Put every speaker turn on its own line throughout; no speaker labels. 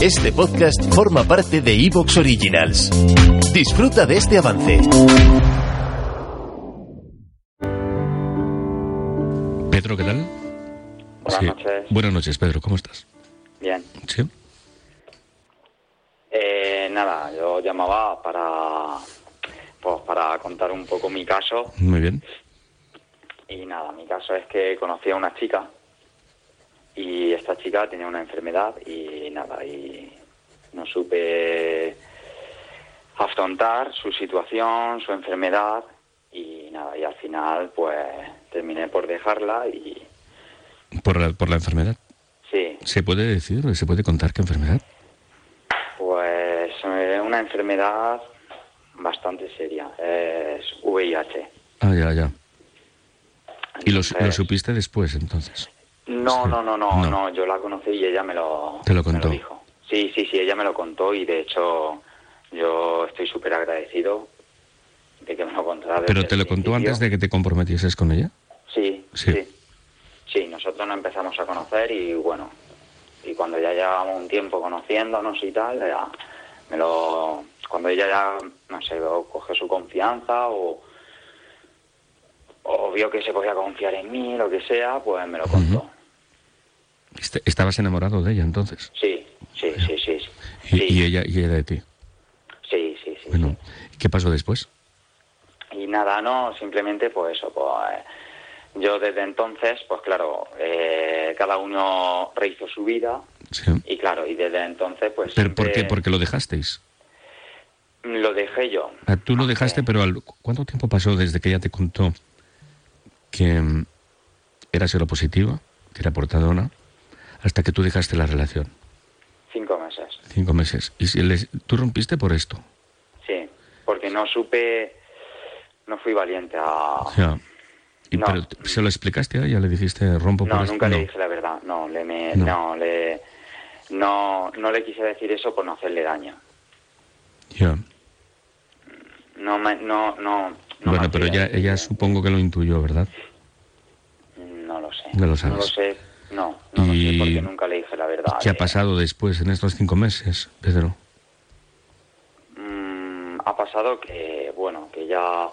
Este podcast forma parte de Evox Originals. Disfruta de este avance.
Pedro, ¿qué tal?
Buenas
Sí.
noches.
Buenas noches, Pedro, ¿cómo estás?
Bien.
Sí.
Eh, nada, yo llamaba para pues para contar un poco mi caso
Muy bien.
y nada, mi caso es que conocí a una chica y esta chica tenía una enfermedad y nada, y no supe afrontar su situación, su enfermedad y nada, y al final pues terminé por dejarla y
Por la, por la enfermedad.
sí,
¿Se puede decir, se puede contar qué enfermedad?
pues eh, una enfermedad bastante seria, es VIH.
Ah, ya, ya. ¿Y lo, su- lo
Entonces,
supiste después, entonces?
No,
Sí.
no, no, no,
No.
no, yo la conocí y ella me lo,
Te lo
me
contó.
dijo. Sí, sí, sí, ella me lo contó y de hecho yo estoy súper agradecido de que me lo contara.
¿Pero te lo contó antes de que te comprometieses con ella?
Sí,
Sí.
sí, sí. nosotros nos empezamos a conocer y bueno, y cuando ya llevábamos un tiempo conociéndonos y tal, ya me lo... Cuando ella ya, no sé, o coge su confianza o, o vio que se podía confiar en mí, lo que sea, pues me lo contó.
Est- ¿Estabas enamorado de ella entonces?
Sí, sí, sí, sí. sí.
Y,
Sí,
y ella, y ella de ti.
sí, sí, sí,
Bueno, ¿qué pasó después?
sí. Y nada, no, simplemente pues eso, pues eh, yo desde entonces, pues claro, eh, cada uno rehizo su vida
Sí.
y claro, y desde entonces pues...
¿Pero por
siempre
qué? Porque lo dejasteis.
Lo dejé yo.
Ah, Tú lo dejaste, pero al- ¿cuánto tiempo pasó desde que ella te contó que mm, era seropositiva, que era portadona, hasta que tú dejaste la relación?
Cinco meses,
Cinco meses. ¿Y si les- tú rompiste por esto?
sí. Porque no supe, no fui valiente a...
O sea, y-
No.
¿Pero t- se lo explicaste a ella? ¿Le dijiste rompo por
No,
esto?
nunca le dije la verdad, no, le me-
No.
no, le... No, no le quise decir eso por no hacerle daño.
Ya.
No, me- no, no... no me
bueno, pero
hacía-
ella, ella supongo que lo intuyó, ¿verdad?
No lo sé.
No lo sabes.
No lo sé. No, no lo
Y-
sé porque nunca le dije la verdad.
¿Qué ha
Eh,
pasado después en estos cinco meses, Pedro?
mm, ha pasado que, bueno, que ya...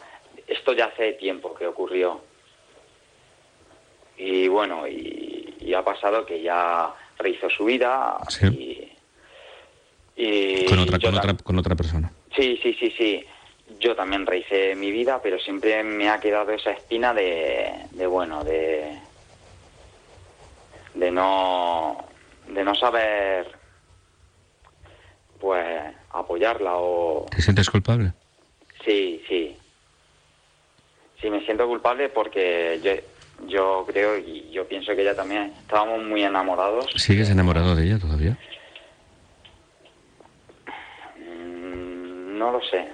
Esto ya hace tiempo que ocurrió. Y bueno, y, y ha pasado que ya rehizo su vida
Sí.
y... y
Con otra,
yo
con,
tam-
otra, con otra persona.
Sí, sí, sí, sí. Yo también rehice mi vida, pero siempre me ha quedado esa espina de, de bueno, de, de no, de no saber, pues, apoyarla o
¿Te sientes culpable?
sí, sí. Sí, me siento culpable porque yo, yo creo y yo pienso que ella también estábamos muy enamorados.
¿Sigues enamorado de ella todavía?
Mm, No lo sé.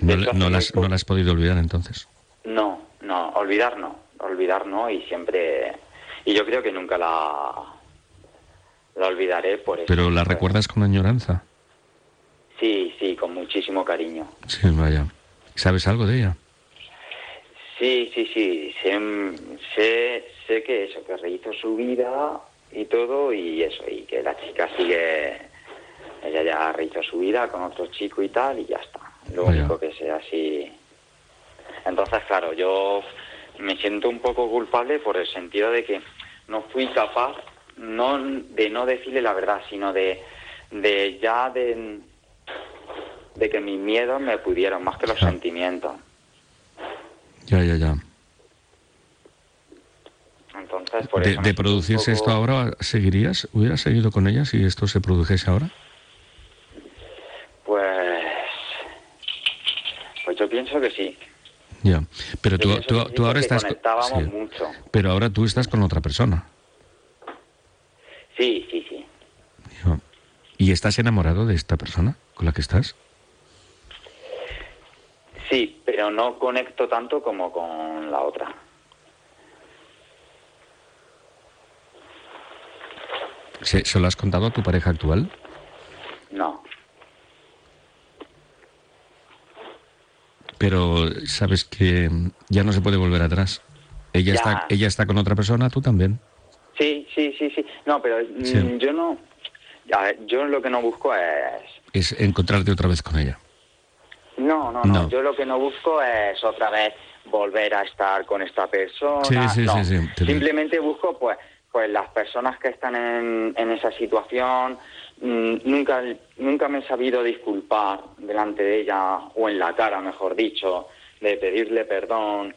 No,
De
le-
hecho, pues
no
hace
la has-
muy
no la has podido olvidar entonces.
No, no, olvidar no, olvidar no y siempre y yo creo que nunca la la olvidaré por eso.
Pero la
Pues,
recuerdas con añoranza.
Sí, sí, con muchísimo cariño.
Sí, vaya. ¿Sabes algo de ella?
Sí, sí, sí, sé, sé, sé que eso, que rehizo su vida y todo y eso, y que la chica sigue, ella ya rehizo su vida con otro chico y tal y ya está. Lo
Vaya.
único que sea así. Entonces, claro, yo me siento un poco culpable por el sentido de que no fui capaz no de no decirle la verdad, sino de, de ya de, de que mis miedos me pudieron más que los
Ya.
sentimientos.
Ya, ya, ya.
Entonces, por
de,
eso me
de
siento un
producirse
poco-
esto ahora, ¿seguirías? ¿Hubieras seguido con ella si esto se produjese ahora?
Pues. Pues yo pienso que sí.
Ya. Pero
Yo
tú,
pienso
tú-
que sí,
tú ahora
porque
estás.
Conectábamos
sí.
mucho.
Pero ahora tú estás con otra persona.
Sí, sí, sí.
Dijo, ¿Y estás enamorado de esta persona con la que estás?
Sí, pero no conecto tanto como con la otra.
¿Se, se lo has contado a tu pareja actual?
No.
Pero sabes que ya no se puede volver atrás. Ella,
Ya.
está, ella está con otra persona, tú también.
Sí, sí, sí, sí. No, pero mm,
Sí.
yo no. a ver, yo lo que no busco es.
Es encontrarte otra vez con ella.
No, no, no,
No.
Yo lo que no busco es otra vez volver a estar con esta persona.
Sí, sí, sí,
no.
sí, te lo-
Simplemente busco, pues, pues las personas que están en, en esa situación. mm, Nunca, nunca me he sabido disculpar delante de ella, o en la cara, mejor dicho, de pedirle perdón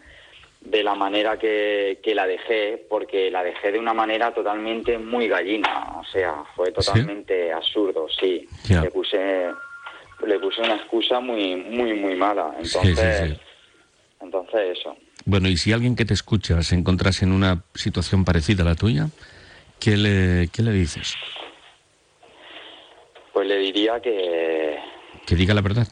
de la manera que, que la dejé, porque la dejé de una manera totalmente muy gallina, o sea, fue totalmente absurdo, sí.
Ya.
Le puse le puse una excusa muy muy muy mala,
Sí,
entonces
sí, sí.
entonces eso.
Bueno, y si alguien que te escucha se encontrase en una situación parecida a la tuya, ¿qué le, qué le dices?
Pues le diría que
Que diga la verdad.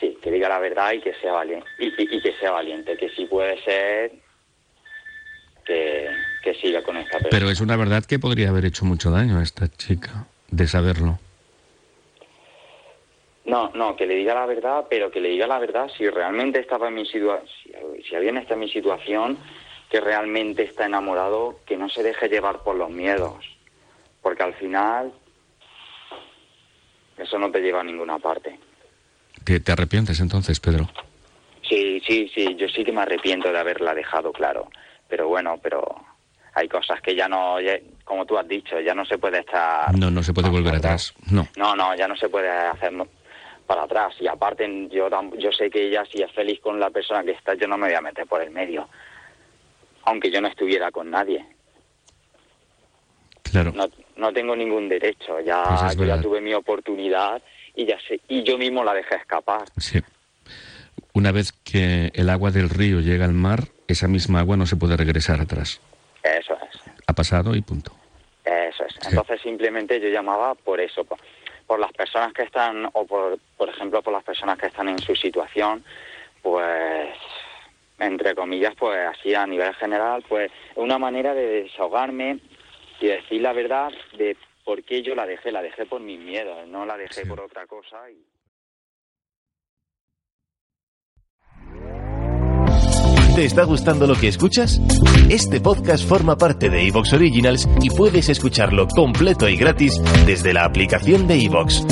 sí, que diga la verdad y que sea valiente y, y- y que sea valiente, que si puede ser que, que siga con esta persona.
Pero es una verdad que podría haber hecho mucho daño a esta chica, de saberlo.
No, no, que le diga la verdad, pero que le diga la verdad si realmente estaba en mi situación, si, si alguien está en mi situación, que realmente está enamorado, que no se deje llevar por los miedos, porque al final eso no te lleva a ninguna parte.
¿Te, te arrepientes entonces, Pedro?
Sí, sí, sí, yo sí que me arrepiento de haberla dejado, claro, pero bueno, pero hay cosas que ya no, ya- como tú has dicho, ya no se puede estar...
No, no se puede volver atrás. No.
No, no, ya no se puede hacer no- para atrás. Y aparte, yo, tam- yo sé que ella, si es feliz con la persona que está, yo no me voy a meter por el medio. Aunque yo no estuviera con nadie.
Claro.
No, no tengo ningún derecho. Ya,
Pues es
yo ya
verdad.
tuve mi oportunidad y, ya sé, y yo mismo la dejé escapar.
Sí. Una vez que el agua del río llega al mar, esa misma agua no se puede regresar atrás.
Eso es.
Ha pasado y punto.
Eso es. Entonces simplemente yo llamaba por eso, por, por las personas que están, o por, por ejemplo, por las personas que están en su situación, pues, entre comillas, pues así a nivel general, pues una manera de desahogarme y decir la verdad de por qué yo la dejé, la dejé por mis miedos, no la dejé
Sí.
por otra cosa. y-
¿Te está gustando lo que escuchas? Este podcast forma parte de Evox Originals y puedes escucharlo completo y gratis desde la aplicación de Evox.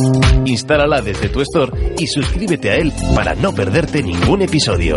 Instálala desde tu store y suscríbete a él para no perderte ningún episodio.